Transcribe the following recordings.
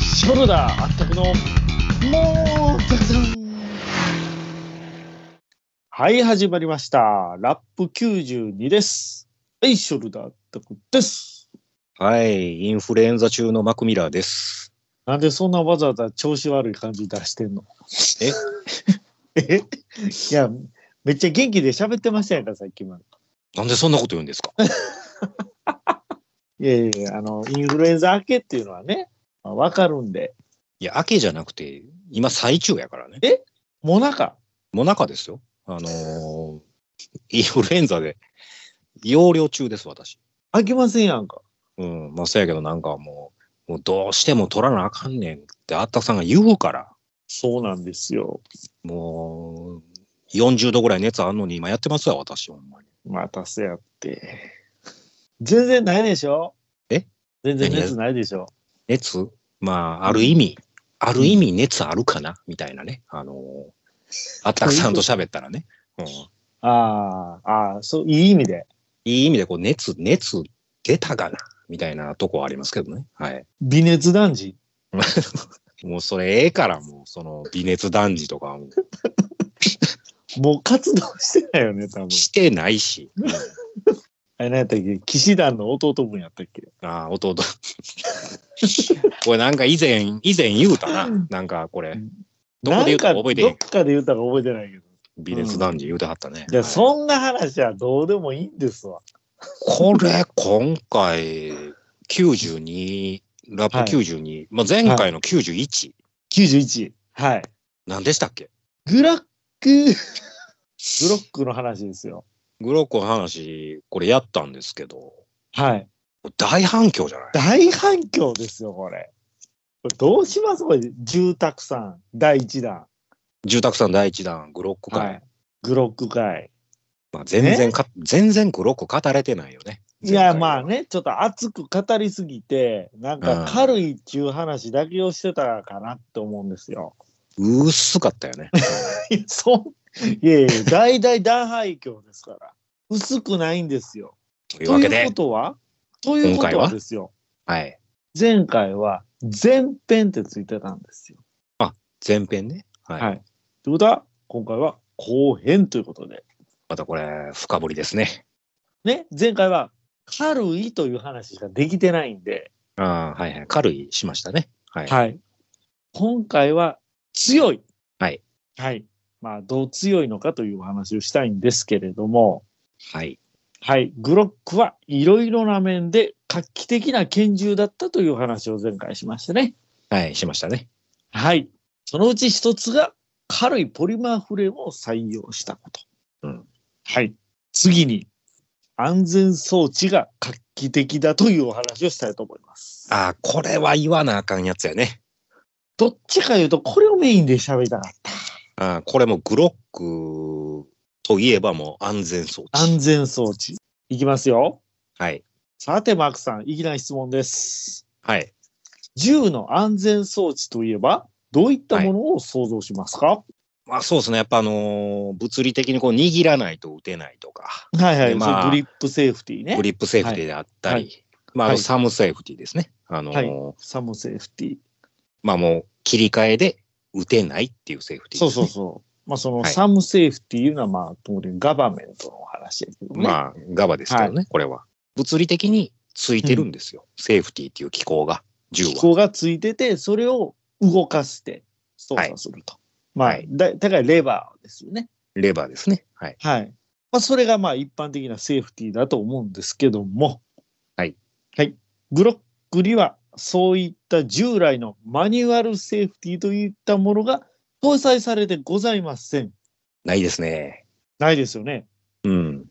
シュボルダーあったくのもうザザンはい始まりましたラップ92ですはいショルダーあったくですはい、インフルエンザ中のマクミラーです。なんでそんなわざわざ調子悪い感じ出してんのええ いやめっちゃ元気で喋ってましたやんかさっきまでなんでそんなこと言うんですかいやいやいやあのインフルエンザ明けっていうのはねまあわかるんでいや、明けじゃなくて、今最中やからね。もうなんかもなかですよ。あのーインフルエンザで、療養中です、私。開きませんやんかうん、まあ、そやけどなんかもう、もうどうしても取らなあかんねんってあったくさんが言うから、そうなんですよもう、40度ぐらい熱あんのに今やってますわ、私、ほんまに。またせやって。全然ないでしょえ全然熱ないでしょ熱まあ、ある意味、ある意味熱あるかなみたいなね。あのーあったくさんと喋ったらね。うんああ、ああ、そう、いい意味で。いい意味でこう熱、熱出たかなみたいなとこはありますけどね。はい。微熱男児。もうそれええからもうその微熱男児とかももう活動してないよね、多分。してないし。あれ何やったっけ騎士団の弟分やったっけああ、弟。 これなんか以前、以前言うたな。なんかこれ。どこで言うたか覚えてへなんんかどっかで言うたか覚えてないけど。微熱男児言うてはったね。いや、はいそんな話はどうでもいいんですわ。これ、今回、92、ラップ92、まあ前回の91、 91。はい。何でしたっけグラック、グロックの話ですよ。グロックの話、これやったんですけど、はい。大反響じゃない大反響ですよ、これ。これどうしますこれ、住宅さん、第1弾。住宅さん第一弾、グロック会。はい。グロック会。まあ、全然か、全然グロック語れてないよね。いや、前回はまあ。ね、ちょっと熱く語りすぎて、なんか軽いっていう話だけをしてたかなって思うんですよ。 薄かったよね。いやそん、いやいや、大大大反響ですから。薄くないんですよ。というとわけいうでこ、とはというこ今回とははですよ。はい。前回は前編ってついてたんですよ。前編ね。はい。はいということは、今回は後編ということで。またこれ、深掘りですね。ね、前回は軽いという話しかできてないんで、ああ、はいはい。軽いしましたね。はい。はい。今回は強い。はい。はい。まあ、どう強いのかというお話をしたいんですけれども、はい。はい。グロックはいろいろな面で画期的な拳銃だったという話を前回しましたね。はい、しましたね。はい。そのうち一つが軽いポリマーフレームを採用したこと。うん。はい。次に、安全装置が画期的だというお話をしたいと思います。ああ、これは言わなあかんやつやね。どっちかいうと、これをメインで喋りたかった。ああ、これもグロックといえばもう安全装置。安全装置。いきますよ。はい。さて、マークさん、いきなり質問です。はい。銃の安全装置といえば、どういったものを想像しますか、はまあそうですね。やっぱあのー物理的にこう握らないと打てないとか。い、はいでまあそうグリップセーフティーねグ。リップセーフティーであったり、はまあ、あはのいサムセーフティーですね。あのーサムセーフティー。まあもう切り替えで打てないっていうセーフティーそうですそうね、そう。まあ、その、はいサムセーフティーいうのは、まあ、当然ガバメントのお話やけどね。まあ、ガバですけどね、これは。物理的についてるんですよ。セーフティーっていう機構が、銃機は。構がついてて、それを動かして操作すると。まあ、はいだだからレバーですよね。レバーですね。はい。はい。まあ、それがまあ一般的なセーフティーだと思うんですけども。はい。はい。ブロックには、そういった従来のマニュアルセーフティーといったものが搭載されてございません。ないですね。ないですよね。うん。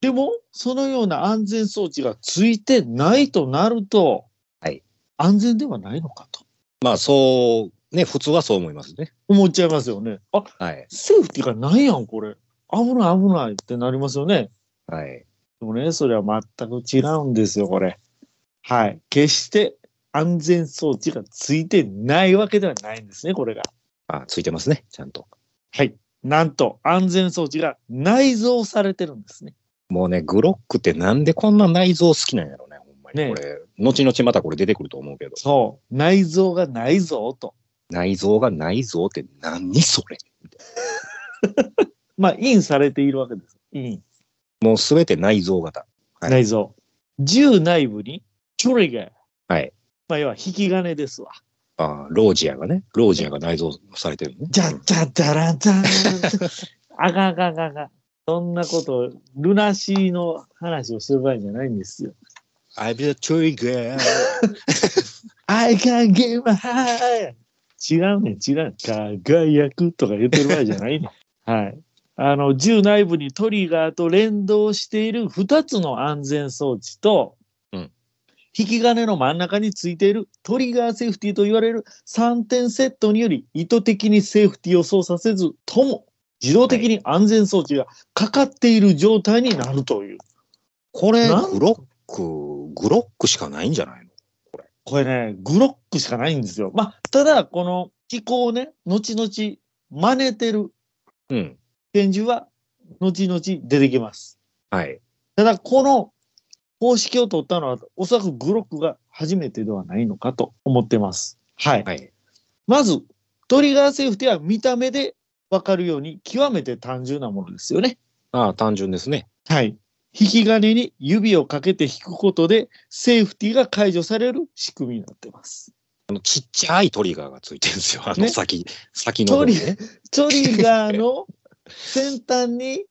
でも、そのような安全装置がついてないとなると、はい。安全ではないのかとまあ、そう、ね、普通はそう思いますね。思っちゃいますよね。あ、はい。セーフティーがないやん、これ。危ない、危ないってなりますよね。はい。でもね、それは全く違うんですよ、これ。はい。決して安全装置がついてないわけではないんですね、これが。あ、ついてますね。ちゃんと。はい。なんと、安全装置が内蔵されてるんですね。もうね、グロックってなんでこんな内臓好きなんやろうね、ほんまに。はいねこれ、後々またこれ出てくると思うけど、そう、内臓がないぞと。内臓が内臓って何それまあ、インされているわけです。イン。もうすべて内臓型。はい内臓。銃内部に、チョリガー。はい。まあ、要は引き金ですわ。ああ、ロージアがね、ロージアが内蔵されてるね。じゃじゃじゃらじゃーん。あがががが。そんなこと、ルナシーの話をする場合じゃないんですよ。 I'm the trigger. I can give a high! 違うねん、違うねん。輝くとか言ってる場合じゃないねん。 はい。あの、銃内部にトリガーと連動している2つの安全装置と、うん引き金の真ん中についているトリガーセーフティーと言われる3点セットにより意図的にセーフティーを操作せずとも自動的に安全装置がかかっている状態になるという。これ、なんグロック、グロックしかないんじゃないのこれね、グロックしかないんですよ。まあ、ただ、この機構をね、後々真似てるうん。展示は、後々出てきます。はい。ただ、この方式を取ったのは、おそらくグロックが初めてではないのかと思ってます。はい。はい。まず、トリガーセーフティは見た目でわかるように、極めて単純なものですよね。ああ、単純ですね。はい。引き金に指をかけて引くことで、セーフティが解除される仕組みになってます。あのちっちゃいトリガーがついてるんですよ。あのね先、先の方にね。トリガーの先端に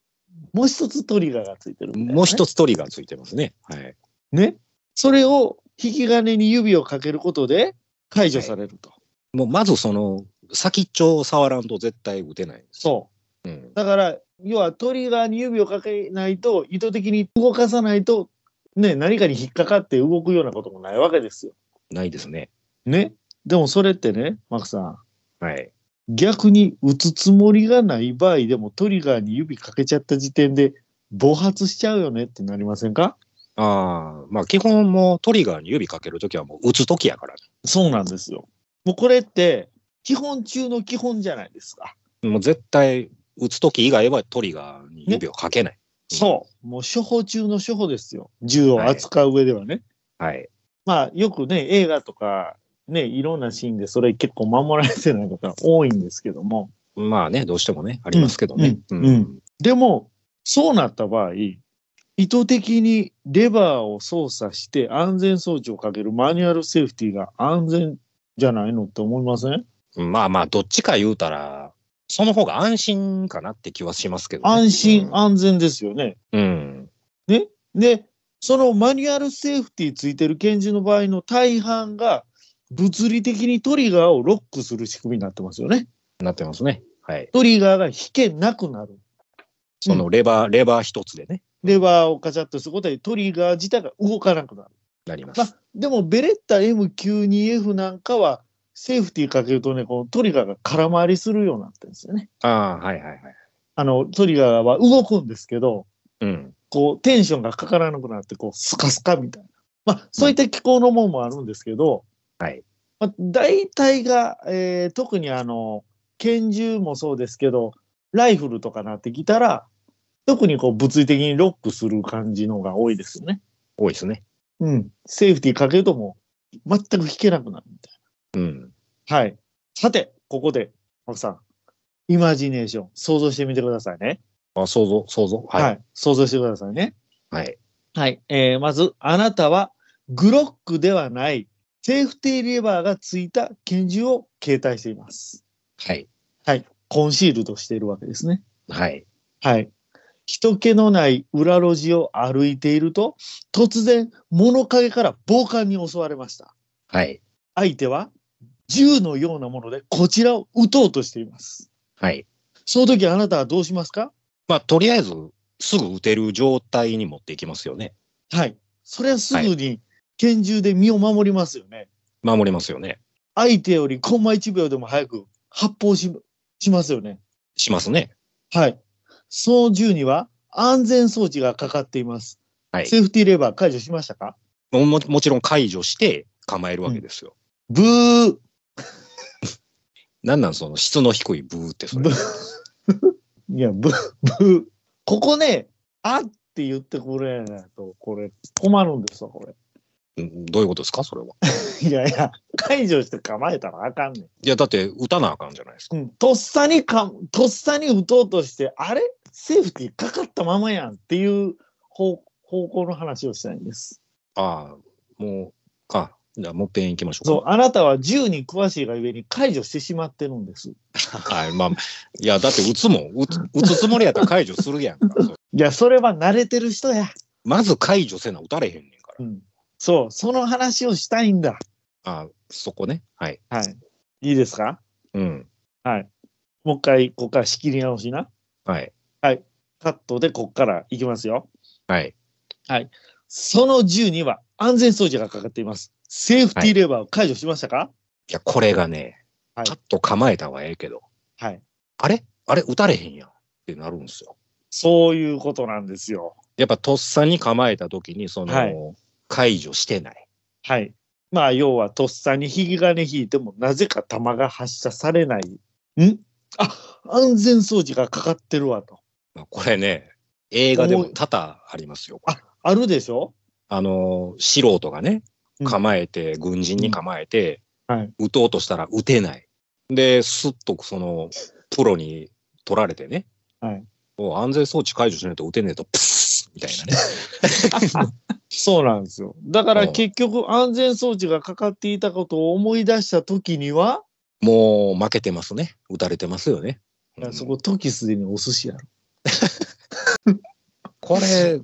もう一つトリガーがついてるみたいなね、もう一つトリガーついてますね。はい。ね。それを引き金に指をかけることで解除されると。もうまずその、先っちょを触らんと絶対打てない。そうんう。。だから、要はトリガーに指をかけないと、意図的に動かさないと、ね、何かに引っかかって動くようなこともないわけですよ。ないですね。ね。でもそれってね、マクさん。はい。逆に打つつもりがない場合でもトリガーに指かけちゃった時点で暴発しちゃうよねってなりませんかああ、まあ基本もうトリガーに指かけるときはもう打つときやから、そうなんですよ。もうこれって、基本中の基本じゃないですか。もう絶対打つとき以外はトリガーに指をかけない。そう。もう処方中の処方ですよ。銃を扱う上ではね。はい。まあ、よくね、映画とか、ね、いろんなシーンでそれ結構守られてないことが多いんですけども。まあね、どうしてもね、ありますけどね。うんうんでも、そうなった場合、意図的にレバーを操作して安全装置をかけるマニュアルセーフティーが安全じゃないのって思いませんうんまあまあ、どっちか言うたら、その方が安心かなって気はしますけど、安心、安全ですよね。うん。で、そのマニュアルセーフティーついてる拳銃の場合の大半が物理的にトリガーをロックする仕組みになってますよね。なってますね。はい。トリガーが引けなくなる。そのレバー、レバー一つでね、レバーをカチャッとすることでトリガー自体が動かなくなる。なります。まあ、でもベレッタ M92F なんかはセーフティーかけるとね、このトリガーが空回りするようになってるんですよね。ああ、はいはいはい。あの、トリガーは動くんですけど、うん。こうテンションがかからなくなってこうスカスカみたいな、まあ、そういった機構のもんもあるんですけど、はいまあ、大体が、えー特にあの拳銃もそうですけどライフルとかなってきたら特にこう物理的にロックする感じのが多いですよね。多いですね。うん、セーフティーかけるともう全く引けなくなるみたいうん。な。はい、さてここで奥さんイマジネーション想像してみてくださいね。あ、想像、想像。はい。はい。い、想像してくださいね。はい。はい、えーまず、あなたはグロックではないセーフティーレバーがついた拳銃を携帯しています。はい。はい、コンシールドしているわけですね。はい。はい。人気のない裏路地を歩いていると、突然物陰から暴漢に襲われました。はい。相手は銃のようなものでこちらを撃とうとしています。はい。その時あなたはどうしますかまあ、とりあえず、すぐ打てる状態に持っていきますよね。はい。それはすぐに拳銃で身を守りますよね。守りますよね。相手よりコンマ1秒でも早く発砲ししますよね。しますね。はい。その銃には安全装置がかかっています。はいセーフティーレバー解除しましたかもももちろん解除して構えるわけですよ。ブーなんなんその質の低いブーってそブれ。ー いや、ブー、ブー。ここね、あって言ってくれないと、これ、困るんですよ、これ。 うんどういうことですかそれは。いやいや、解除して構えたらあかんねん。いや、だって打たなあかんじゃないですか。うんとっさにか、とっさに打とうとして、あれセーフティーかかったままやんっていう方方向の話をしたいんです。ああ、もう、あ、じゃあもう一遍行きましそょう、あなたは銃に詳しいがゆえに解除してしまってるんです。うか。はい。まあ、いや、だって打つもん、打つ打つつもりやったら解除するやんか。そういや、それは慣れてる人や。まず解除せな打たれへんねんから。うん。そう、その話をしたいんだ。ああ、そこね。はい。はい。いいですかうん。はい。もう一回、ここから仕切り直しな。はい。カットでここからいきますよ。はい。その銃には安全装置がかかっています。セーフティーレバーを解除しましたかいや、これがね、はいちょっと構えた方がええけど、はい。あれあれ打たれへんやんってなるんですよ。そういうことなんですよ。やっぱとっさに構えた時に、その、はい解除してない。はい。まあ、要は、とっさに引き金引いても、なぜか弾が発射されない。んあ、安全装置がかかってるわと。まあ、これね、映画でも多々ありますよ。これあるでしょあの、素人がねう、ん構えて、軍人に構えて、うんはい撃とうとしたら撃てない。で、すっとその、プロに取られてね、はいもう安全装置解除しないと撃てねえと、プスッみたい なね。そうなんですよ。だからうん結局、安全装置がかかっていたことを思い出した時には、もう負けてますね。撃たれてますよね。いやうんそこ、時すでにお寿司やろ。これ、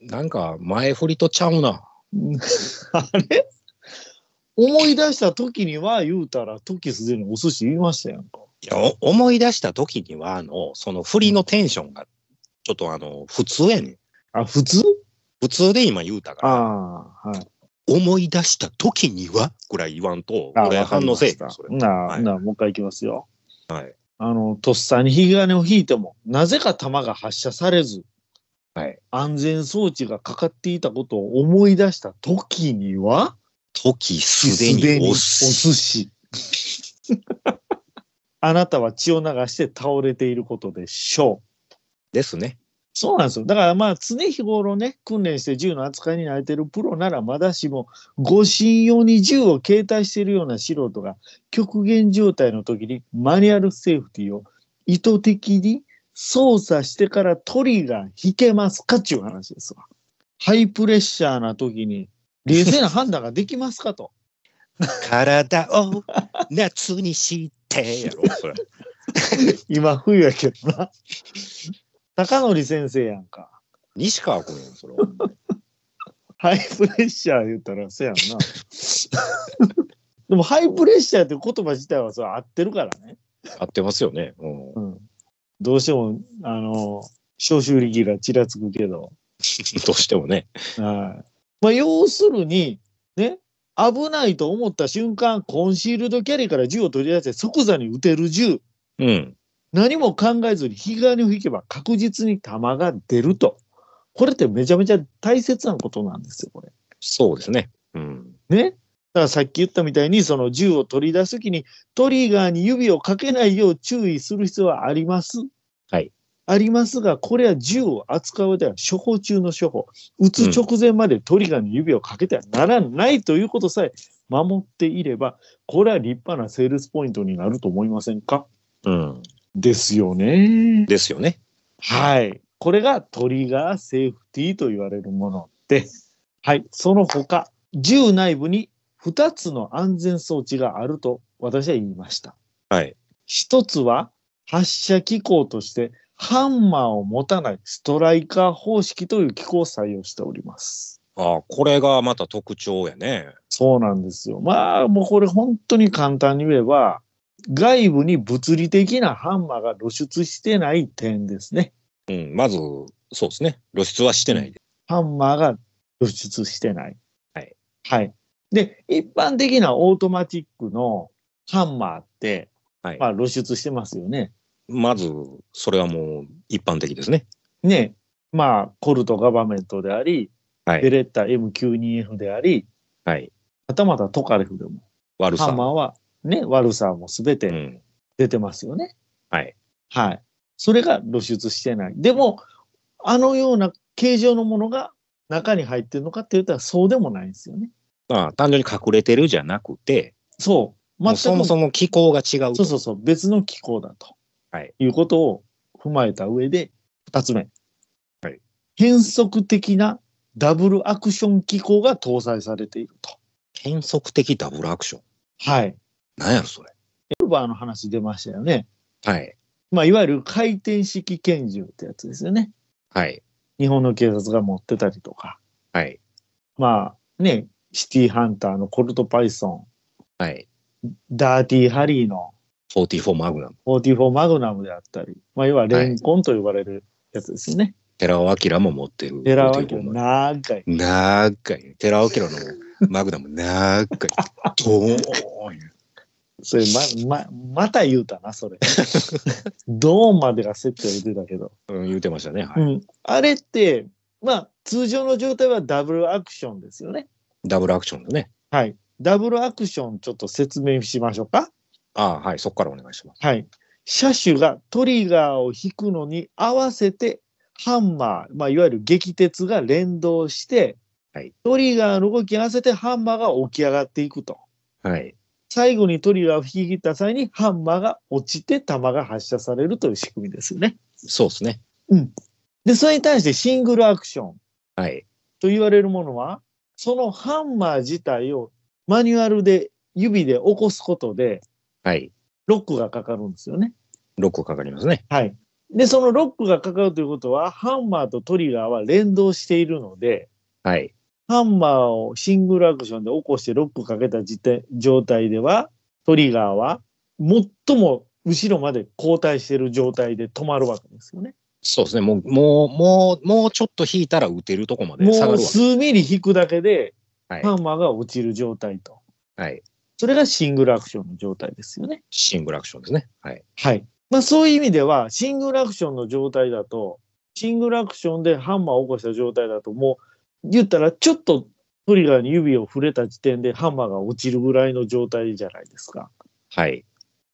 なんか前振りとちゃうな。うんあれ思い出した時には言うたら時すでにお寿司言いましたやんか。いや、お思い出した時には、あの、その振りのテンションが、ちょっとあの、普通やねん。あ、普通普通で今言うたから。ああ、はい。思い出した時にはぐらい言わんと、あ俺は反応せえへんわかりまそしれたなあ、はいなあ、もう一回いきますよ。はい。あの、とっさに引き金を引いても、なぜか弾が発射されず、はい。安全装置がかかっていたことを思い出した時には、時すでにおおっす。寿司。 あなたは血を流して倒れていることでしょう。ですね。そうなんですよ。だからまあ常日頃ね、訓練して銃の扱いに慣れてるプロならまだしも、護身用に銃を携帯しているような素人が極限状態の時にマニュアルセーフティーを意図的に操作してからトリガー引けますかっていう話ですわ。ハイプレッシャーな時に冷静な判断ができますかと。体を夏にし て、やろ、それ。今冬やけどな。高則先生やんか。西川君やん、それ。ハイプレッシャー言ったらせやんな。 でもハイプレッシャーって言葉自体はそれ合ってるからね。合ってますよね。うん。 うん、どうしても、あの、消臭力がちらつくけど。どうしてもね。はい。まあ、要するに、ね、危ないと思った瞬間、コンシールドキャリーから銃を取り出して即座に撃てる銃。うん。何も考えずに引き金を引けば確実に弾が出ると。これってめちゃめちゃ大切なことなんですよ、これ。そうですね。うん。ね。だからさっき言ったみたいに、その銃を取り出すときに、トリガーに指をかけないよう注意する必要はあります。はい。ありますが、これは銃を扱うでは処方中の処方。撃つ直前までトリガーに指をかけてはならないということさえ守っていれば、これは立派なセールスポイントになると思いませんかうん。ですよね。ですよね。はい。これがトリガーセーフティーと言われるもので、はい。その他、銃内部に2つの安全装置があると私は言いました。はい。 1つは発射機構としてハンマーを持たないストライカー方式という機構を採用しております。ああ、これがまた特徴やね。そうなんですよ。まあ、もうこれ本当に簡単に言えば、外部に物理的なハンマーが露出してない点ですね。うん。まず、そうですね。露出はしてないで。ハンマーが露出してない。はい。はい。で、一般的なオートマチックのハンマーって、はいまあ露出してますよね。まず、それはもう一般的ですね。ね。まあ、コルトガバメントであり、はベい。レッタ M92F であり、はい。はたまたトカレフでも、悪ハさン。マーはね、悪さもすべうてん。出てますよね。はい。はい。それが露出してない。でも、あのような形状のものが中に入ってるのかって言ったらそうでもないんですよね。まあ、単純に隠れてるじゃなくて、そう。全もうくそもそも気候が違うそと。うそうそう、別の気候だと。はい。いうことを踏まえた上で、二つ目。はい。変則的なダブルアクション機構が搭載されていると。変則的ダブルアクション。はい。なんやろ、それ。エルバーの話出ましたよね。はい。まあ、いわゆる回転式拳銃ってやつですよね。はい。日本の警察が持ってたりとか。はい。まあ、ね、シティハンターのコルトパイソはい。ン、ダーティーハリーの44マグナム。 44マグナムであったり、まあ、要はレンコンと呼ばれるやつですよね。寺尾明も持ってる。寺脇44のマグナム長い。長い。寺尾明のマグナム、長い。ドーン。それ、ま、ま、また言うたな、それ。 ドーンまでがセット言ってたけど。うん、言うてましたね。はうい。ん。あれって、まあ、通常の状態はダブルアクションですよね。ダブルアクションのね。はい。ダブルアクション、ちょっと説明しましょうか。ああ、はい。そこからお願いします。はい。車種がトリガーを引くのに合わせて、ハンマー、まあ、いわゆる撃鉄が連動して、はいトリガーの動きに合わせてハンマーが起き上がっていくと。はい。最後にトリガーを引き切った際にハンマーが落ちて弾が発射されるという仕組みですよね。そうですね。で、それに対してシングルアクションはい。と言われるものは、そのハンマー自体をマニュアルで指で起こすことではい。ロックがかかるんですよね。ロックかかりますね。はい。で、そのロックがかかるということは、ハンマーとトリガーは連動しているので、はい。ハンマーをシングルアクションで起こしてロックかけた時点状態では、トリガーは最も後ろまで後退している状態で止まるわけですよね。そうですね。もう、もう、もう、もうちょっと引いたら打てるとこまでも下がうるわけ。数ミリ引くだけで、はいハンマーが落ちる状態と。はい。それがシングルアクションの状態ですよね。シングルアクションですね。はい。はい。まあそういう意味では、シングルアクションの状態だと、シングルアクションでハンマーを起こした状態だと、もう言ったらちょっとトリガーに指を触れた時点でハンマーが落ちるぐらいの状態じゃないですか。はい。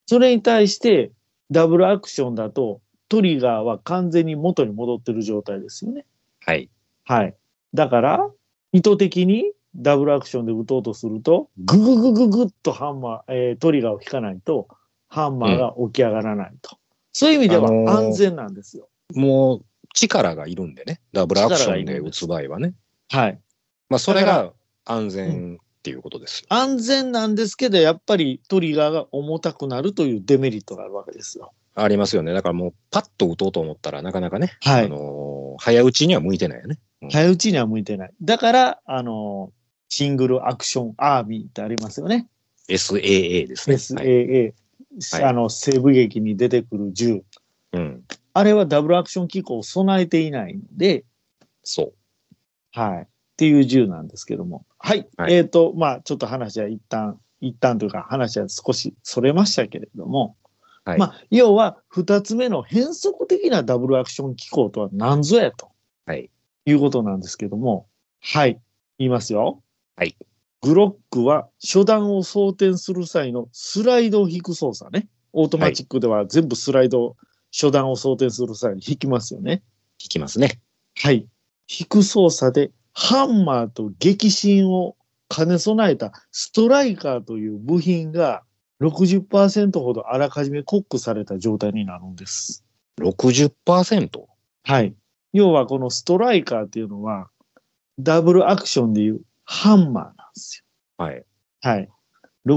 それに対して、ダブルアクションだと、トリガーは完全に元に戻ってる状態ですよね。はい。はい。だから、意図的にダブルアクションで打とうとすると、グググググッとハンマー、えートリガーを引かないと、ハンマーが起き上がらないと。そういう意味ではあのー安全なんですよ。もう、力がいるんでね。ダブルアクションで打つ場合はね。はい。まあ、それだかが安全っていうことですよ。安全なんですけど、やっぱりトリガーが重たくなるというデメリットがあるわけですよ。ありますよね。だからもう、パッと打とうと思ったら、なかなかね、はあい。のー早打ちには向いてないよね。早打ちには向いてない。だから、あのーシングルアクションアーミーってありますよね。 SAA ですね。はい SAA、はいあの西部劇に出てくる銃。うん。あれはダブルアクション機構を備えていないので、そう。はい。っていう銃なんですけども。はい。はいえっ、と、まあ、ちょっと話は一旦、一旦というか話は少しそれましたけれども、はいまあ、要は二つ目の変則的なダブルアクション機構とは何ぞやとはい。いうことなんですけども、はい。言いますよ。はい。グロックは初段を装填する際のスライドを引く操作ね。オートマチックでは全部スライドを初段を装填する際に引きますよね。聞きますね。はい。引く操作でハンマーと激震を兼ね備えたストライカーという部品が60%ほどあらかじめコックされた状態になるんです。 60%。はい。要はこのストライカーっていうのはダブルアクションでいうハンマーなんですはい。よ。はい。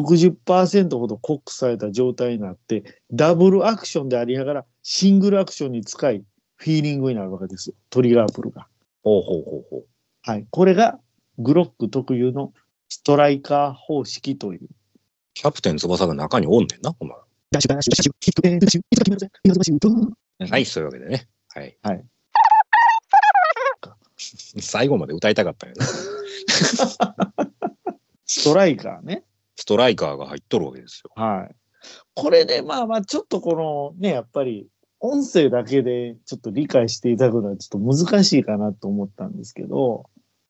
60%ほどコックされた状態になってダブルアクションでありながらシングルアクションに使いフィーリングになるわけですよ。トリガープルが。ほうほうほうほう。はい。これがグロック特有のストライカー方式という。キャプテン翼が中におんねんな、ほんなら。はい、そういうわけでね。はい。はい。 最後まで歌いたかったよね。ストライカーね。ストライカーが入っとるわけですよ。はい。これでまあまあちょっとこのね、やっぱり音声だけでちょっと理解していただくのはちょっと難しいかなと思ったんですけど、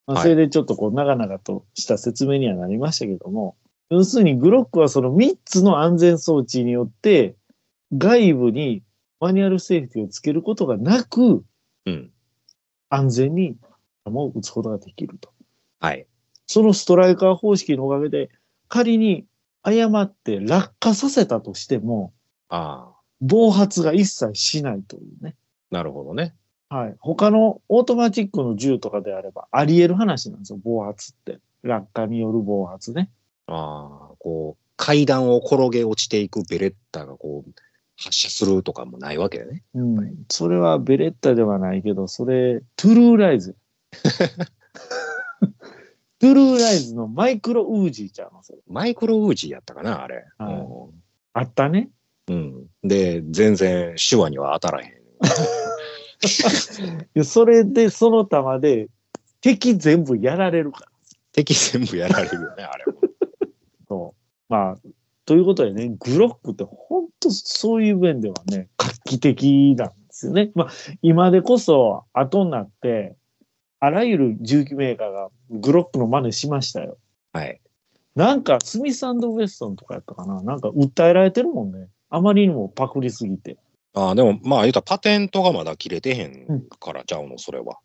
まあ、はいそれでちょっとこう長々とした説明にはなりましたけども、要するにグロックはその3つの安全装置によって外部にマニュアルセーフティをつけることがなく、うん。安全に弾を撃つことができるとはい。そのストライカー方式のおかげで、仮に誤って落下させたとしても、ああ、暴発が一切しないというね。なるほどね。はい。他のオートマチックの銃とかであれば、あり得る話なんですよ、暴発って。落下による暴発ね。ああ、こう、階段を転げ落ちていくベレッタがこう、発射するとかもないわけだね。うん。それはベレッタではないけど、それ、トゥルーライズ。トゥルーライズのマイクロウージーちゃうの、それ。マイクロウージーやったかな、あれ。はあったね。うん。で、全然手話には当たらへん。いやそれで、その弾で、敵全部やられるから。敵全部やられるよね、あれも。そう。まあ、ということでね、グロックって本当そういう面ではね、画期的なんですよね。まあ、今でこそ後になって、あらゆる銃器メーカーがグロックの真似しましたよ。はい。なんか、スミスウェストンとかやったかななんか訴えられてるもんね。あまりにもパクリすぎて。ああ、でも、まあ、言うたらパテントがまだ切れてへんからちゃうの、それは。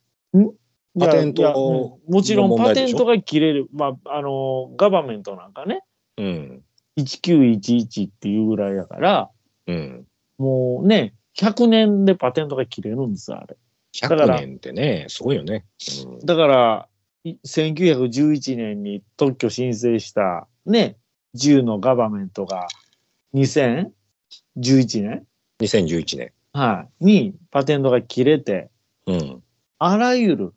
パテントいやいやうんもちろんの問パ題でテしンょトが切れる。まあ、あの、ガバメントなんかね、うん。 1911っていうぐらいやから、うん。もうね、100年でパテントが切れるんですよ、あれ。から100年ってね、すごいよね。うんだから、い1911年に特許申請した、ね、銃のガバメントが2011年、 2011年。はい、にパテントが切れて、うん。あらゆる、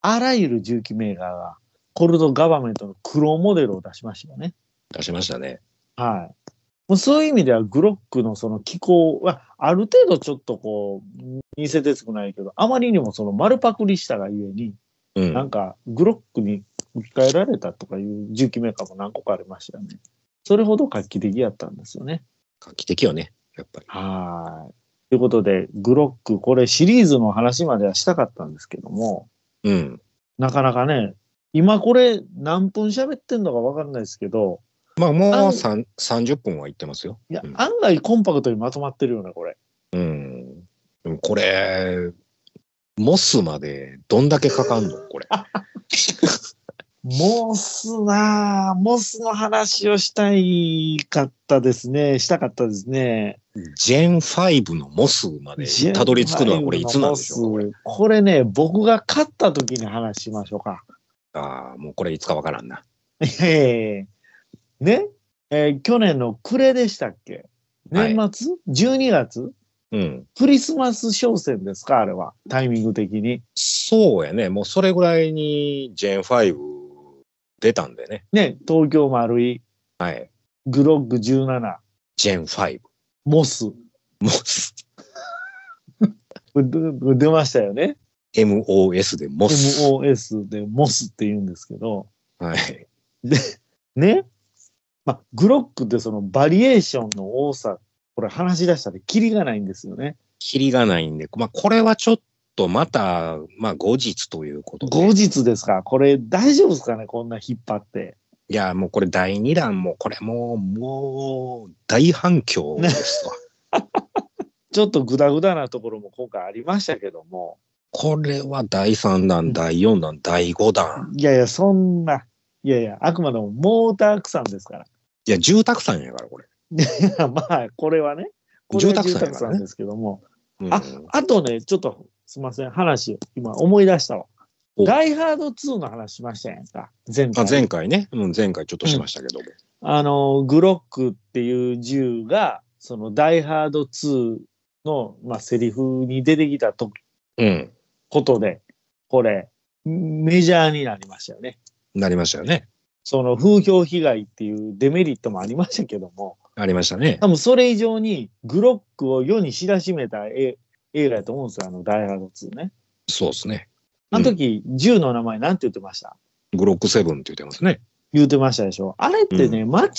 あらゆる銃器メーカーが、コルドガバメントの黒モデルを出しましたよね。出しましたね。はい。もうそういう意味では、グロックのその機構は、ある程度ちょっとこう、似せてつくないけど、あまりにもその丸パクリしたがゆえに、うなんん。か、グロックに置き換えられたとかいう重機メーカーも何個かありましたよね。それほど画期的やったんですよね。画期的よね、やっぱり。はーい。ということで、グロック、これシリーズの話まではしたかったんですけども、うん。なかなかね、今これ何分喋ってんのかわかんないですけど、まあ、もあのうさん30分はいってますよ。いやう、ん案外コンパクトにまとまってるよね、これ。うん。でもこれ、モスまでどんだけかか んのこれ。モスなぁ、モスの話をしたいかったですね、したかったですね。ジェン5のモスまでたどり着くのはこれいつなんでしょうこれこれね、僕が勝った時に話しましょう か。ああ、もうこれいつかわからんな。えーね、えー去年の暮れでしたっけはい年末、?12 月うん。クリスマス商戦ですかあれは。タイミング的に。そうやね。もうそれぐらいにジェン5出たんでね。ね、東京丸い、はい。グロッグ17、ジェン5。モス。モス。 出出ましたよね。 MOS でモス。 MOS でモスって言うんですけど。はい。ね。まあ、グロックってそのバリエーションの多さ、これ話し出したらキリがないんですよね。キリがないんで、まあこれはちょっとまた、まあ後日ということで。後日ですかこれ大丈夫ですかねこんな引っ張って。いや、もうこれ第2弾も、これもう、もう、大反響です わ。ちょっとグダグダなところも今回ありましたけども。これは第3弾、第4弾、第5弾。いやいや、そんな。いやいや、あくまでもモータークさんですから。いや、住宅さんやから、これ。いや まあ、これはね。これは住宅さんやからね住さんですけども。うん、あ、あとね、ちょっとすいません。話、今思い出したわ。おダイハード2の話しましたやんか。前あ回。前回ね、うん、前回ちょっとしましたけども。あの、グロックっていう銃が、その、ダイハード2の、まあ、セリフに出てきたとうん。ことで、これ、メジャーになりましたよね。なりましたよね。その、風評被害っていうデメリットもありましたけども、ありましたね。多分それ以上に、グロックを世に知らしめたえ映画やと思うんですよ、あの、ダイハード2ね。そうですね。あの時、銃の名前なんて言ってましたグロックセブンって言ってますね。言うてましたでしょ。あれってね、間違いっ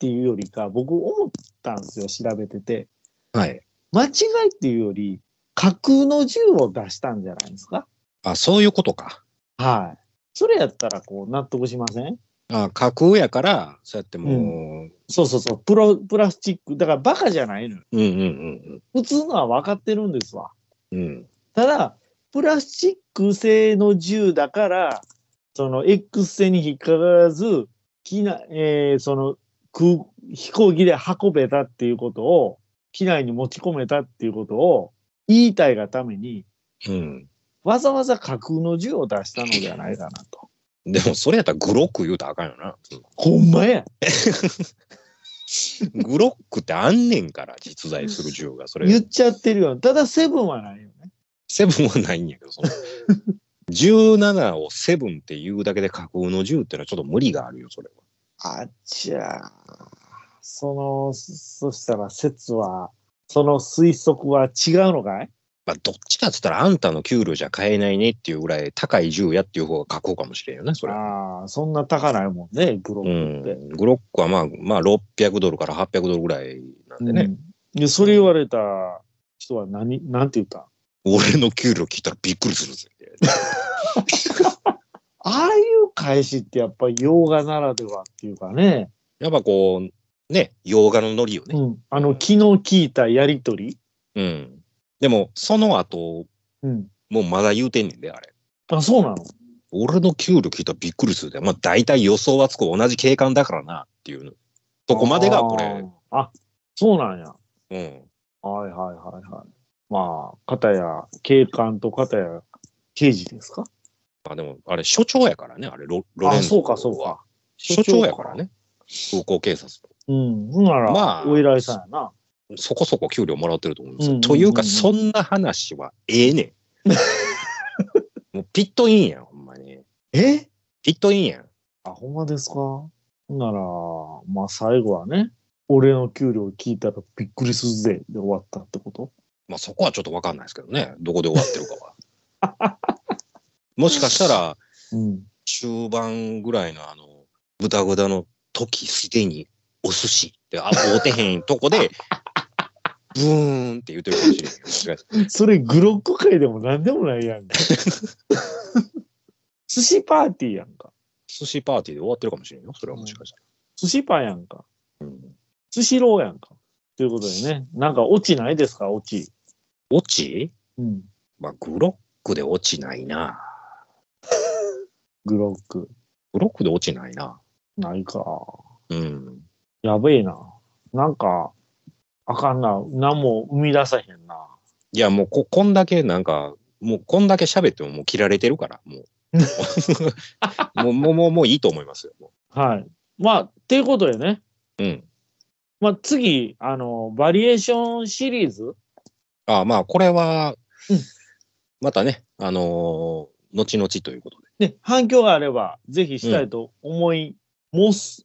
ていうよりか、僕思ったんですよ、調べてて。はい。間違いっていうより、架空の銃を出したんじゃないですかあ、そういうことか。はい。それやったら、こう、納得しませんあ、架空やから、そうやってもそうそうそう、プロ、プラスチック。だから、バカじゃないのよ。う、うんうん普通のは分かってるんですわ。うんうん。うん。ただ、プラスチック製の銃だから、その X 線に引っかからず、機内、えーその空、飛行機で運べたっていうことを、機内に持ち込めたっていうことを言いたいがために、うん。わざわざ架空の銃を出したのではないかなと。でも、それやったらグロック言うたらあかんよな。 ほんまやグロックってあんねんから、実在する銃が。そ言っれ、ちゃってるよ。ただセブンはないよね。セブンはないんやけど、その。17をセブンって言うだけで架空の銃ってのはちょっと無理があるよ、それは。あっちゃー。その、そそしたら説は、その推測は違うのかいまあ、どっちかっつったら、あんたの給料じゃ買えないねっていうぐらい高い銃やっていう方が架空かもしれんよね、それは。ああ、そんな高ないもんね、グロうックって。ん、グロックはまあ、まあ、600ドルから800ドルぐらいなんでね、うんで、それ言われた人は何、なんて言った俺の給料聞いたらびっくりするぜ。ああいう返しってやっぱ洋画ならではっていうかね。やっぱこう、ね、洋画のノリよね。うん。あの、昨日聞いたやりとり。うん。でも、その後、うん。もうまだ言うてんねんで、あれ。あ、そうなの俺の給料聞いたらびっくりするで。まあ、大体予想はつく同じ警官だからな、っていう。そこまでがこれ、。あーあ、そうなんや。うん。はいはいはいはい。まあ、片や警官と片や刑事ですかまあでも、あれ、所長やからね、あれ、ロロレンあ、ゾそうかそうか。所長やからね。空港警察うん。ほんなら、まあお依頼さんやな。そこそこ給料もらってると思うんですよ。うんうんうんうんというか、そんな話はええね ん。もうピットインやん、ほんまに。えピットインやん。あ、ほんまですかほんなら、まあ最後はね、俺の給料聞いたらびっくりするぜで終わったってことまあそこはちょっとわかんないですけどね。どこで終わってるかは。 もしかしたら、うん。中盤ぐらいのあの、ぐだぐだの時すでにお寿司って、あ、おてへんと こで、ブーンって言ってるかもしれない。もしかしたらそれグロック界でも何でもないやんか。寿司パーティーやんか。寿司パーティーで終わってるかもしれんよ。それはもしかした寿司パンやんか。ら。うん。寿司ローやんか。ということでね、なんかオチないですか、オチ。落ちうん。まあ、グロックで落ちないな。グロック。ブロックで落ちないな。ないか。うん。やべえな。なんか、あかんな。何も生み出さへんな。いや、もうこ、こんだけなんか、もうこんだけ喋ってももう切られてるから、もう。 もう、もう、もう、もういいと思いますよ。もはい。まあ、っていうことでね。ううん。まあ、次、あの、バリエーションシリーズああ、まあ、これはうん、またね、あのー後々ということで。ね、反響があれば、ぜひしたいと思います。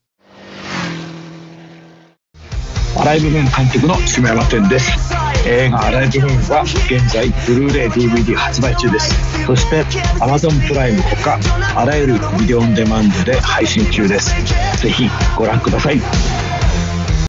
アライブムーン監督の下山天です映画「アライブムーン」は現在ブルーレイ DVD 発売中ですそして Amazon プライムほかあらゆるビデオオンデマンドで配信中ですぜひご覧ください